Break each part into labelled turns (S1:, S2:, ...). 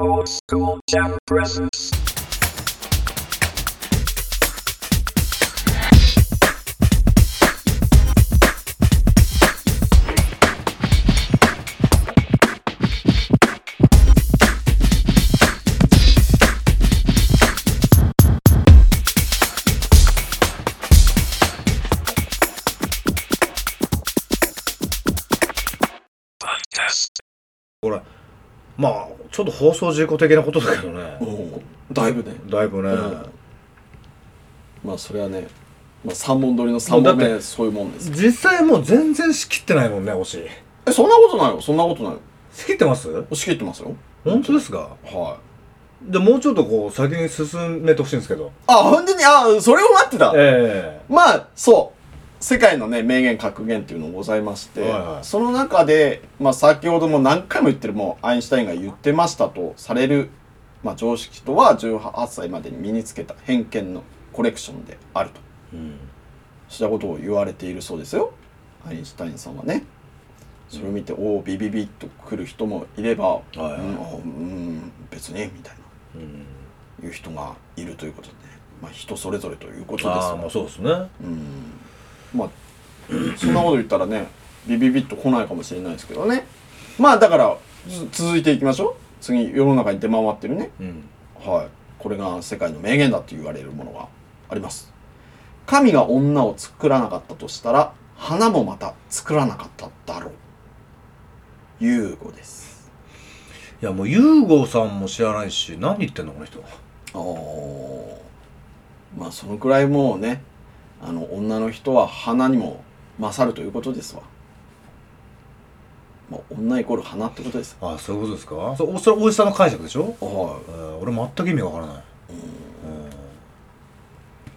S1: Old school jam presents. Podcast.
S2: これまあちょっと放送事故的なことだけどね
S3: うんだいぶね
S2: だいぶね、
S3: うんまあそれはね、まあ、3本撮りの3本
S2: だ
S3: 目そういうもんです
S2: 実際もう全然仕切ってないもんね推し
S3: えそんなことないよそんなことないよ
S2: 仕切ってます
S3: 仕切ってますよ
S2: 本当ですか
S3: はい
S2: でもうちょっとこう先に進めてほしいんですけど
S3: あ本当にあそれを待ってた
S2: え
S3: まあそう世界のね名言格言っていうのがございまして、
S2: はいはい
S3: その中で、まあ、先ほども何回も言ってるもうアインシュタインが言ってましたとされる、まあ、常識とは18歳までに身につけた偏見のコレクションであると
S2: え
S3: したことを言われているそうですよアインシュタインさんはねそれを見て、おおビビビッと来る人もいれば、
S2: いはい
S3: うんあうん別にみたい
S2: うん、
S3: ないう人がいるということで、まあ、人それぞれということです
S2: ああまあ
S3: よ
S2: そうですね
S3: うんまあそんなこと言ったらねビビビッと来ないかもしれないですけどねまあだからつ続いていきましょう次世の中に出回ってるね
S2: うん
S3: はい、これが世界の名言だと言われるものがあります神が女を作らなかったとしたら花もまた作らなかっただろう優吾です
S2: いやもう優吾さんも知らないし何言ってんのこの人
S3: あーまあそのくらいもうねあの女の人は花にも勝るということですわ、まあ、女イコール花ってことです
S2: ああそういうことですかそおそれおじさんの解釈でしょ、
S3: は
S2: えー、俺全く意味わからない、うん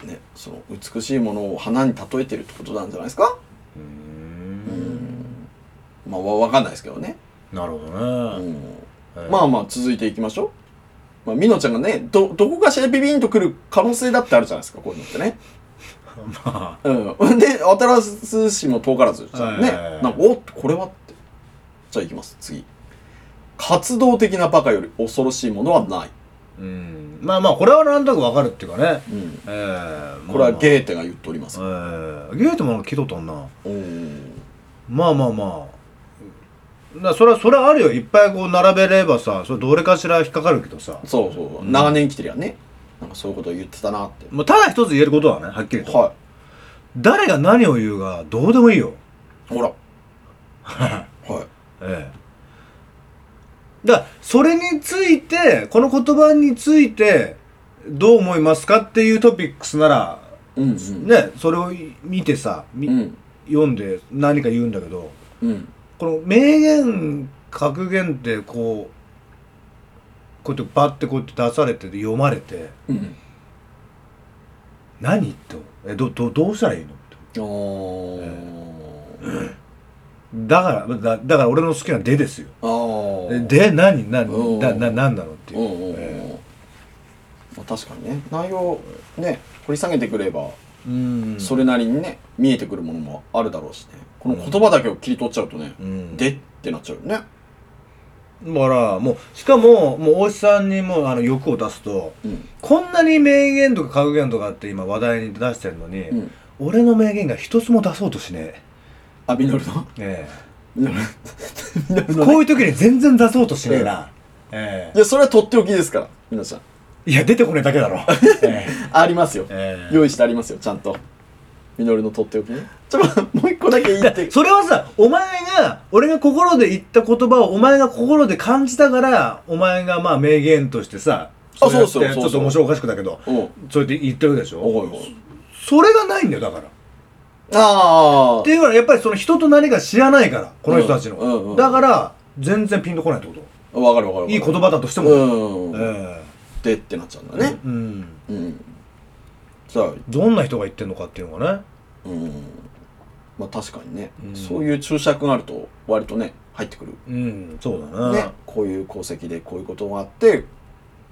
S3: いねその美しいものを花に例えてるってことなんじゃないですか
S2: うー
S3: うんんまあわわかんないですけどね
S2: なるほど ね、えー
S3: まあまあ続いていきましょう。まあ、みのちゃんがね、ど、どこかしらビビンとくる可能性だってあるじゃないですか、こういうのってね。
S2: ま
S3: うん。で、新ししも遠からずじゃんね。
S2: はいはいはい
S3: なんか、おっこれはって。じゃあいきます、次。活動的なバカより恐ろしいものはない。
S2: うんまあまあこれはなんとなくわかるっていうかね、
S3: うん。
S2: えー
S3: これはゲ
S2: ー、
S3: ーテが言っております。
S2: えー、ゲートもなんか聞いとったもんな
S3: おー
S2: まあまあまあなそれはそれはあるよいっぱいこう並べればさそれどれかしら引っかかるけどさ、
S3: そうそう。
S2: うん
S3: 長年生きてるやんね。なんかそういうことを言ってたなって。
S2: まあ、ただ一つ言えることはねはっきりと、
S3: は
S2: 誰が何を言うがどうでもいいよ
S3: い。ほら。はい。
S2: ええだからそれについてこの言葉についてどう思いますかっていうトピックスなら
S3: うんうん。
S2: ねそれを見てさ、み
S3: うん。
S2: 読んで何か言うんだけど
S3: うん。
S2: この名言格言ってこうこうやってバッてこうやって出されて読まれて
S3: うん。
S2: 何とえどどどうしたらいいのって
S3: あー。
S2: だからだだから俺の好きな「で」ですよえ
S3: あー
S2: で何何
S3: うん
S2: だな何なのっていうう、
S3: んうんうん
S2: え
S3: まあ、確かにね内容をね掘り下げてくれば、
S2: えうん
S3: それなりにね見えてくるものもあるだろうしねこの言葉だけを切り取っちゃうとね、
S2: うん
S3: でってなっちゃうよね、
S2: だからもうしかももう大石さんにもあの欲を出すと
S3: うん
S2: こんなに名言とか格言とかって今話題に出してるのに、
S3: うん、
S2: 俺の名言が一つも出そうとしね
S3: あミノルの
S2: えええ
S3: ミノルミノル の
S2: こう
S3: ね
S2: いう時に全然出そうとしねえな。え
S3: いやそれはとっておきですから皆さん
S2: えいや、出てこねえだけだ ろ。え
S3: ありますよ、
S2: ええ
S3: 用意してありますよちゃんとミノルのとっておきねちょっともう一個だけ言っ
S2: え
S3: て
S2: それはさ、お前が、俺が心で言った言葉をお前が心で感じたから、お前がまあ名言としてさ、
S3: あ
S2: れやって
S3: そうそうそうそう
S2: ちょっと面白おかしくだけど、
S3: うん
S2: そうやって言ってるわけでし
S3: お
S2: ょ
S3: いおい
S2: それがないんだよ、だから。っ
S3: ああ
S2: ていうから、やっぱりその人と何か知らないから、この人たちの。
S3: うんうんうん
S2: だから、全然ピンとこないってこと。
S3: わかるわかるわかる
S2: いい言葉だとしても。
S3: うん、
S2: え
S3: でってなっちゃうんだ
S2: え
S3: ね、
S2: うん。
S3: うん。さあ、
S2: どんな人が言ってんのかっていうのがね。
S3: うん。まあ確かにね、
S2: うん
S3: そういう注釈があると割とね、入ってくる。
S2: うん、そうだ
S3: ね。こういう功績でこういうことがあって、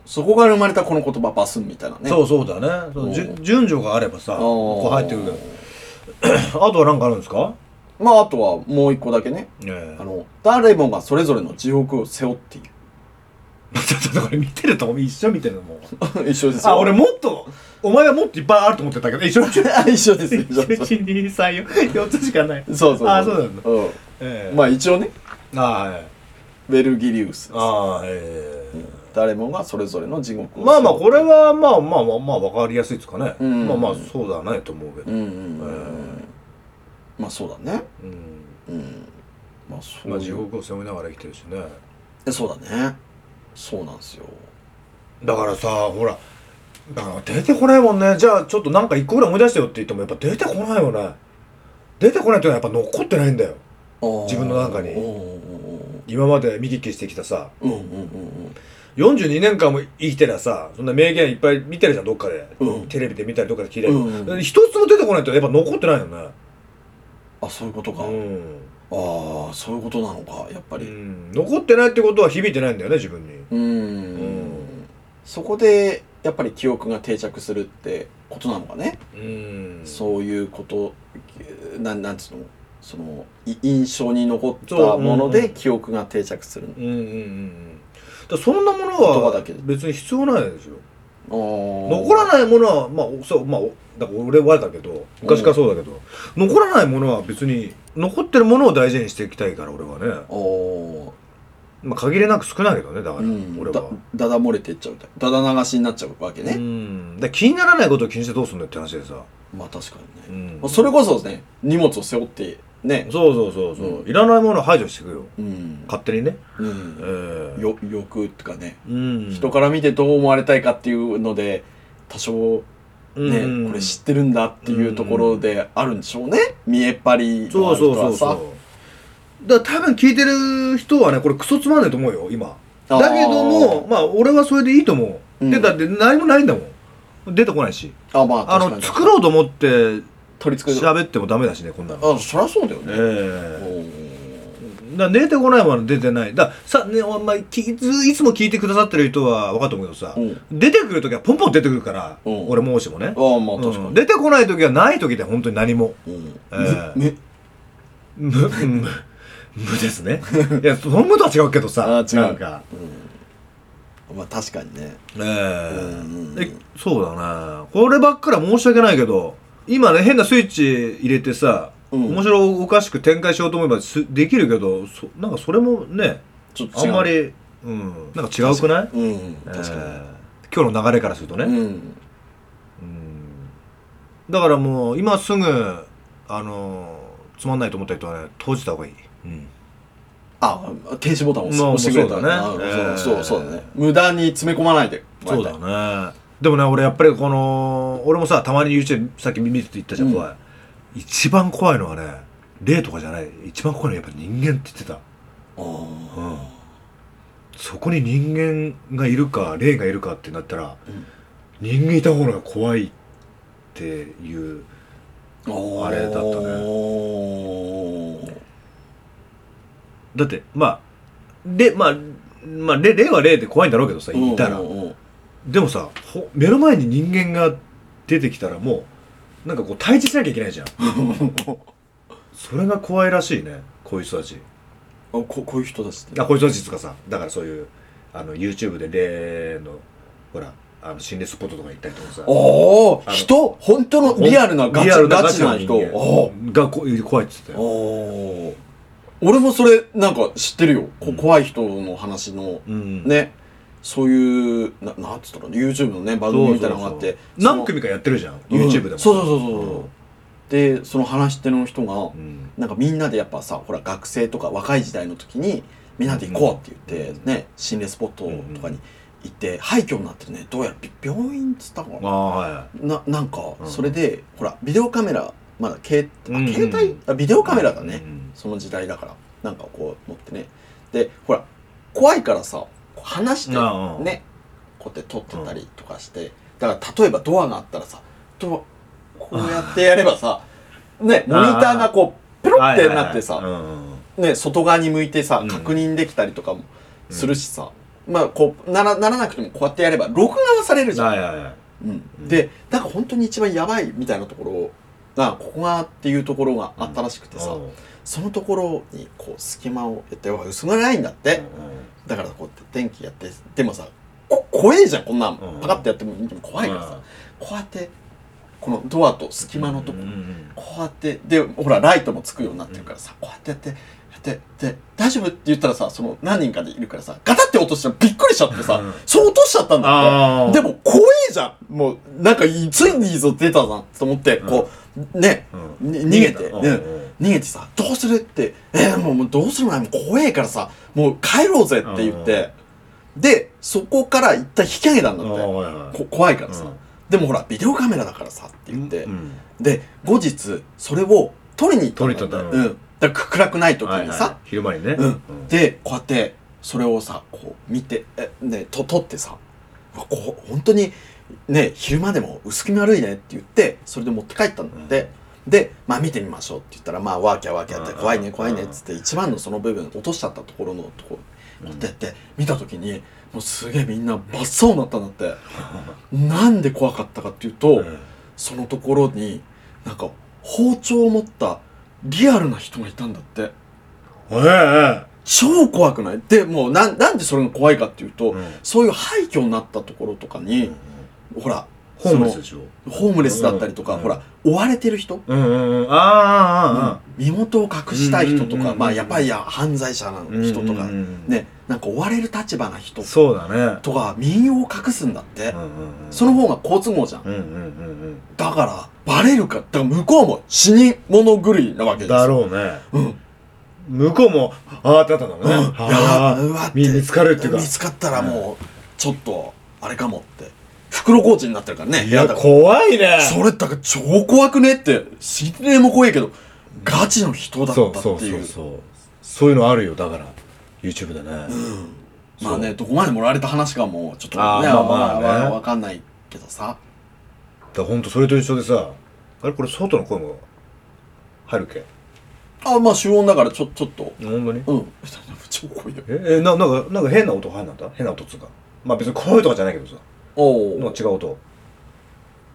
S3: そこから生まれたこの言葉バスンみたいなね。。
S2: そううそうだねそう
S3: うん
S2: じゅ順序があればさこう入ってくるけどあとは何かあるんですか
S3: まああとはもう一個だけね、
S2: ええ
S3: あの、誰もがそれぞれの地獄を背負っている。
S2: ちょっとこれ見てると一緒見てるのもう
S3: 一緒ですよ。
S2: あ俺もっとお前はもっといっぱいあると思ってたけど一緒
S3: 一緒で すよ。一緒です
S2: 1234つしかない
S3: そうそう。
S2: あそうなんだ
S3: うん
S2: ええ
S3: まあ一応ね、
S2: ああはい
S3: ベルギリウスです。
S2: ああええ
S3: 誰もがそれぞれの地獄を。
S2: まあまあこれ。はまあまあまあまあ分かりやすいですかね、
S3: うん
S2: まあまあそうだねと思うけ
S3: う
S2: ど、
S3: んうんうん。まあそうだね。
S2: うん
S3: うん。まあそういう。
S2: まあ地獄を背負いながら生きてるしね
S3: えそうだね。そうなんですよ。
S2: だからさほらだから出てこないもんねじゃあちょっとなんか一個ぐらい思い出してよって言ってもやっぱ出てこないよね出てこないというのはやっぱ残ってないんだよ自分の中に
S3: おーお
S2: 今まで見聞きしてきたさ
S3: ーおーおーうんうん
S2: 42年間も生きてりゃさそんな名言いっぱい見てるじゃんどっかで、
S3: うん
S2: テレビで見たりどっかで聞いた
S3: う
S2: り、
S3: んうんうん。
S2: 一つも出てこないとやっぱ残ってないよね
S3: あそういうことか。
S2: うん、
S3: ああそういうことなのかやっぱ
S2: う
S3: り。
S2: ん、残ってないってことは響いてないんだよね自分に
S3: うーんそこでやっぱり記憶が定着するってことなのかね、
S2: うん
S3: そういうことなんなんつうのそのい印象に残った
S2: そう
S3: もの
S2: うんう
S3: で
S2: ん
S3: 記憶が定着する
S2: うんうんうんうんだからそんなもの
S3: 言葉
S2: は
S3: だけで
S2: 別に必要ないですよ残
S3: 残
S2: らないものはまあおそうまあおだから俺はだけど昔からそうだけど残らないものは別に残ってるものを大事にしていきたいから俺はね
S3: おー
S2: まあ限りなく少ないけどねだから、
S3: うん
S2: 俺
S3: だ
S2: は
S3: だだ漏れてっちゃうみたいだだ流しになっちゃうわけ
S2: う
S3: ね、
S2: んで気にならないことを気にしてどうすんだよって話でさ、
S3: まあ確かに
S2: う
S3: ね、
S2: ん
S3: まあそれこそね荷物を背負ってね
S2: そうそうそうそう、
S3: うん
S2: いらないものを排除していくよ
S3: うん、
S2: 勝手にね
S3: う
S2: え
S3: ん、
S2: ー
S3: よ欲っていうかね、
S2: うん
S3: 人から見てどう思われたいかっていうので多少ね、
S2: うん
S3: これ知ってるんだっていうところであるんでしょうね、見えっ張りの
S2: そう
S3: ある人
S2: そう
S3: は
S2: そう
S3: さ
S2: そうだから多分聞いてる人はねこれクソつまんないと思うよ今
S3: あー
S2: だけどもまあ俺はそれでいいと思う、
S3: うん
S2: でだって何もないんだもん出てこないし
S3: あまあ
S2: あ
S3: 確か
S2: の
S3: に
S2: 作ろうと思って
S3: 取り付け
S2: 喋ってもダメだしねこんなの
S3: あそりゃそうだよ
S2: ええ
S3: ね、お
S2: だから出てこないもの出てないださねお前きいついつも聞いてくださってる人は分かると思うけどさ、
S3: ー
S2: 出てくる時はポンポン出てくるから、
S3: うん
S2: 俺申しもね、
S3: うんあまあ確か
S2: う
S3: に
S2: ん、出てこない時はない時で本当に何 も
S3: うん
S2: えー
S3: ねね
S2: 無無無ですねいやその無とは違うけどさ
S3: あー違う
S2: なんか
S3: うんまあ確かにね
S2: ええ
S3: うんうん
S2: えそうだねこればっかりは申し訳ないけど今ね変なスイッチ入れてさ、
S3: うん
S2: 面白おかしく展開しようと思えばすできるけどそなんかそれもね
S3: ちょっと
S2: あ
S3: 違
S2: ん
S3: う
S2: まり、うん、なんか違うくない
S3: うん確か
S2: ええ今日の流れからするとね、
S3: に、うん
S2: うんだからもう今すぐあのつまんないと思った人はね閉じた方がいい、うん
S3: あ停止ボタンを
S2: まあ
S3: 押してくれた
S2: そうだね
S3: あ
S2: えー
S3: そうそうそうだね無駄に詰め込まないで
S2: そうだねでもね俺やっぱりこの俺もさたまに YouTube さっき見てて言ったじゃん、
S3: うん
S2: 怖い一番怖いのはね霊とかじゃない一番怖いのはやっぱ人間って言ってた
S3: あー
S2: うんそこに人間がいるか霊がいるかってなったら、
S3: うん
S2: 人間いた方が怖いっていうあれだったね
S3: おー
S2: だってまあでまあまあ霊霊は霊で怖いんだろうけどさいたら、
S3: うんうんうん
S2: でもさほ目の前に人間が出てきたらもうなんかこう対峙しなきゃいけないじゃんそれが怖いらしいねこういう人たち
S3: あここういう人たちって
S2: あこういう人たちっつうかさだからそういうあの YouTube で例のほらあの心霊スポットとか行ったりとかさ
S3: おー
S2: あの
S3: 人本当のリアルなガチ
S2: リアルな
S3: ガチな人
S2: 人間
S3: お
S2: がこ怖いっつってた
S3: ー
S2: よ
S3: おー俺もそれなんか知ってるよ、こ怖い人の話の
S2: うん
S3: ねそういうななんつったの YouTube のね番組みたいなのがあってその
S2: 何組かやってるじゃん
S3: うん
S2: YouTube でも
S3: そうそうそうそう、でその話し手の人が、
S2: うん
S3: なんかみんなでやっぱさほら学生とか若い時代の時にみんなで行こうって言って、
S2: うん
S3: ね心霊スポットとかに行って、廃墟になってねどうやらび病院っつったのかな
S2: ああは
S3: ななんか
S2: うん
S3: それで、ほらビデオカメラまだ携あ
S2: うんうん
S3: 携帯、あビデオ
S2: い
S3: カメラだね、
S2: うん
S3: その時代だからなんかこう持ってねでほら怖いからさこう離して
S2: ああ
S3: ねこうやって撮ってたりとかして、だから例えばドアがあったらさドアこうやってやれば さねモニターがこうペロ
S2: は
S3: ッ
S2: いは
S3: て
S2: いはい
S3: なってさ、
S2: うんうん
S3: ね、外側に向いてさ
S2: うん
S3: 確認できたりとかもするしさ、まあこうならならなくてもこうやってやれば録画はされるじゃん。
S2: はいはいはい
S3: うん、でなんか本当に一番やばいみたいなところがここがっていうところがあったらしくてさ、
S2: うん
S3: そのところにこう隙間をやって要は薄まらないんだって、だからこうやって電気やってでもさこ怖えじゃんこんなん
S2: うん
S3: パカッてやっても見ても怖いからさ、こうやってこのドアと隙間のとこ、こうやってでほらライトもつくようになってるからさ、こうやってやってやってで大丈夫って言ったらさその何人かでいるからさガタって落としたらびっくりしちゃってさ、
S2: うん
S3: そう落としちゃったんだって。
S2: ああ
S3: で、も怖えじゃんもうなんかいついにいいぞ出たなと思ってこう、ね、
S2: うん
S3: に逃げて、
S2: うん
S3: ね逃げてさどうするってえー、もうもうどうするもないもう怖えからさもう帰ろうぜって言って、でそこから一旦引き上げたんだ
S2: う
S3: っ
S2: ん
S3: て、
S2: はいはい
S3: こ怖いからさ、
S2: うん
S3: でもほらビデオカメラだからさって言って、
S2: うん
S3: で後日それを撮りに行ったんだって
S2: 撮りに行ったの
S3: うん、だから暗くない時
S2: はい
S3: に
S2: はい
S3: さ、
S2: 昼間にね。
S3: うんでこうやってそれをさこう見てえねと撮ってさうわこう本当にね昼間でも薄気味悪いねって言ってそれで持って帰ったんだって、でまあ見てみましょうって言ったらまあワーキャーワーキャーやって
S2: うん
S3: 怖いね怖いねっつって一番のその部分落としちゃったところのとこ持ってって見た時にもうすげえみんな真っ青になったんだってなんで怖かったかっていうと、
S2: うん
S3: そのところになんか包丁を持ったリアルな人がいたんだって
S2: ええ
S3: 超怖くないでもうなんなんでそれが怖いかっていうと、
S2: うん
S3: そういう廃墟になったところとかに、ほら
S2: ホームレスでしょ。
S3: そのホームレスだったりとか、
S2: うん
S3: ほら追われてる人、
S2: うんうんうん。あああああ
S3: 身元を隠したい人と
S2: うんうんうん
S3: か、
S2: うん
S3: まあやっぱりや犯罪者の
S2: あ。うんうんうん
S3: 人とか、。ねなんか追われる立場な人
S2: そうだね。
S3: とか民謡を隠すんだって、
S2: うんうんうん
S3: その方が好都合じゃん、
S2: うんうんうん
S3: だからバレるかだから向こうも死に物狂いなわけ
S2: うん。
S3: ですよ
S2: だろうね。
S3: うん
S2: 向こうも、ああってあったんだもんね。
S3: う
S2: あ
S3: んやばうわ
S2: あ
S3: っ、て
S2: 見見つかるっていう
S3: 見
S2: か。
S3: つかったらもうちょっとあれかもって袋コーチになってるからね
S2: い
S3: 部屋
S2: や、
S3: だから
S2: 怖いね。
S3: それだから超怖くねって心霊も怖いけどガチの人だった
S2: そう
S3: ってい
S2: そ
S3: う
S2: うそうそう。そういうのあるよ、だから。YouTube でね。
S3: うんまあねどこまでもらわれた話かもうちょっとね
S2: あーまあまあね
S3: わわわかんないけどさ
S2: だ本当それと一緒でさ、あれこれ外の声も入るっけ
S3: あまあ集音だからちょちょっと
S2: 本当に
S3: うん超怖いよ
S2: え、え、な、なんか、なんか変な音入んなかった変な音っつうか。まあ別に声とかじゃないけどさ。
S3: お
S2: なん
S3: お
S2: か違う音。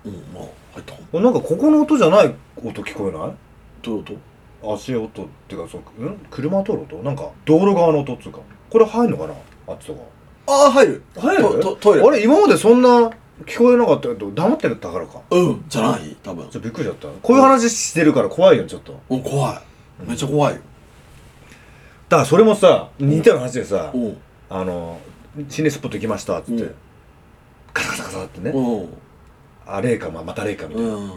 S3: うんまあ入った
S2: あなんかここの音じゃない音聞こえない
S3: どういうこ
S2: 足音っていうかそのん車通る音なんか道路側の音っつうかこれ入んのかなあっちとか
S3: とああ入る
S2: 入
S3: るトトイレ
S2: あれ今までそんな聞こえなかったけど黙ってたからか
S3: うんじゃない多
S2: ち
S3: 分
S2: ょっとびっくりしちゃったこういう話してるから怖いよねちょっと
S3: うん怖いめっちゃ怖いよ
S2: だからそれもさ似たような話でさ
S3: うん
S2: あの心霊スポット行きましたっつって、
S3: うん
S2: カサカサカサってね、
S3: うん
S2: あ霊か、まあ、また霊かみたいな、
S3: うん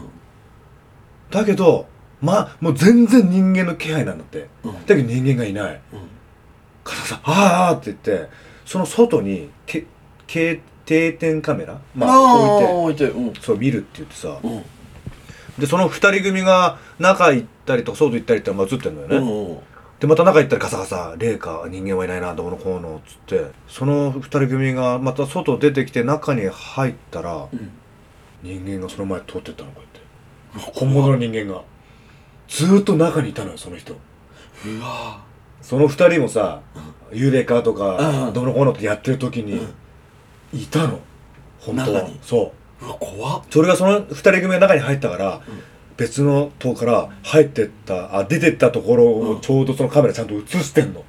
S2: だけどまあもう全然人間の気配なんだって
S3: うん
S2: だけど人間がいないカサカサあーあーって言ってその外にけけ定点カメラまあ置い
S3: 置いて置いて
S2: てそう見るって言ってさ
S3: うん
S2: でその二人組が中行ったりとか外行ったりってのが映ってんのよね、
S3: うんうん
S2: でまた中行ったらカサカサ霊か人間はいないなどうのこうのっつってその二人組がまた外出てきて中に入ったら
S3: うん
S2: 人間がその前通ってったのこうやって本物の人間がずーっと中にいたのよその人
S3: うわ
S2: その二人もさ幽霊かとか
S3: うん
S2: どうのこうのってやってる時にいたの本当
S3: 中
S2: は
S3: に
S2: そう
S3: わ怖っ
S2: うそれがその二人組が中に入ったから
S3: うん
S2: 別の塔から入ってったあ出てったところ
S3: う
S2: を
S3: ん
S2: ちょうどそのカメラちゃんと映してんの
S3: う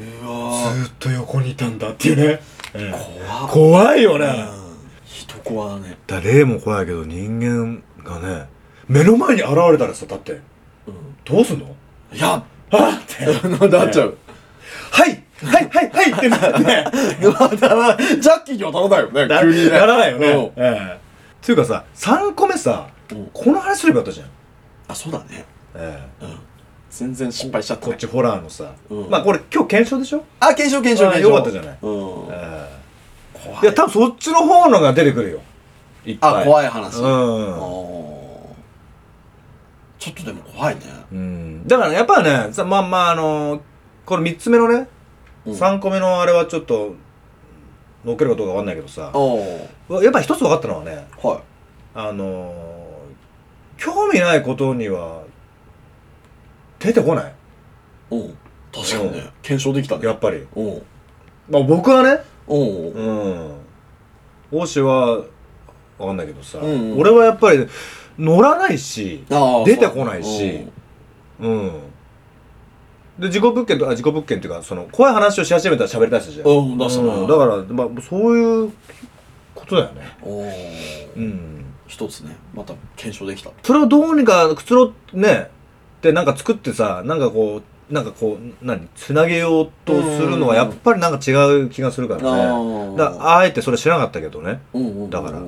S2: ず
S3: わ
S2: ーっと横にいたんだっていうね、ええ
S3: 怖っ
S2: 怖いよね
S3: うん人怖だね
S2: だ霊も怖いけど人間がね目の前に現れたらさだって
S3: うん
S2: どうすんの
S3: いや
S2: あって
S3: なっちゃう
S2: はいはいはいはいってなって ね
S3: うわだからジャッキーにはならないよね
S2: な
S3: 急にね
S2: ならないよね
S3: うん
S2: ええっていうかさ3個目さ
S3: うん
S2: この話すればよかったじゃん、
S3: あそうだね
S2: ええ
S3: うん全然心配しちゃった
S2: こ
S3: ね
S2: っちホラーのさ、
S3: うん
S2: まあこれ今日検証でしょ、
S3: あ検証検証
S2: あ
S3: 検証
S2: よかったじゃない
S3: うん
S2: ええ
S3: 怖
S2: い
S3: い
S2: や多分そっちの方のが出てくるよいっぱ
S3: あ
S2: い
S3: 怖い話あ
S2: うん
S3: ーちょっとでも怖いね
S2: うんだからねやっぱねさまあまああのーこの3つ目のね、
S3: うん
S2: 3個目のあれはちょっと乗っけるかどうかわかんないけどさ
S3: お
S2: やっぱ一つ分かったのはね
S3: はい
S2: あのー興味ないことには出てこない
S3: うん確かに
S2: う
S3: ね検証できたね
S2: やっぱり、
S3: うん
S2: まあ、僕はね
S3: うん
S2: うん王子は分かんないけどさ、
S3: うんうん
S2: 俺はやっぱり乗らないし
S3: あー
S2: 出てこないし
S3: そう
S2: うんで事故物件とか事故物件っていうかその怖い話をし始めたら喋り出したじゃん、
S3: うん出したな
S2: だから、まあ、そういうことだよね
S3: おー
S2: うん
S3: 一つねまた検証できた
S2: それをどうにかくつろねでなんか作ってさなんかこうなんかこう何つなげようとするのは
S3: うん
S2: やっぱりなんか違う気がするからねだあえてそれ知らなかったけどね
S3: うんうんうんうん
S2: だから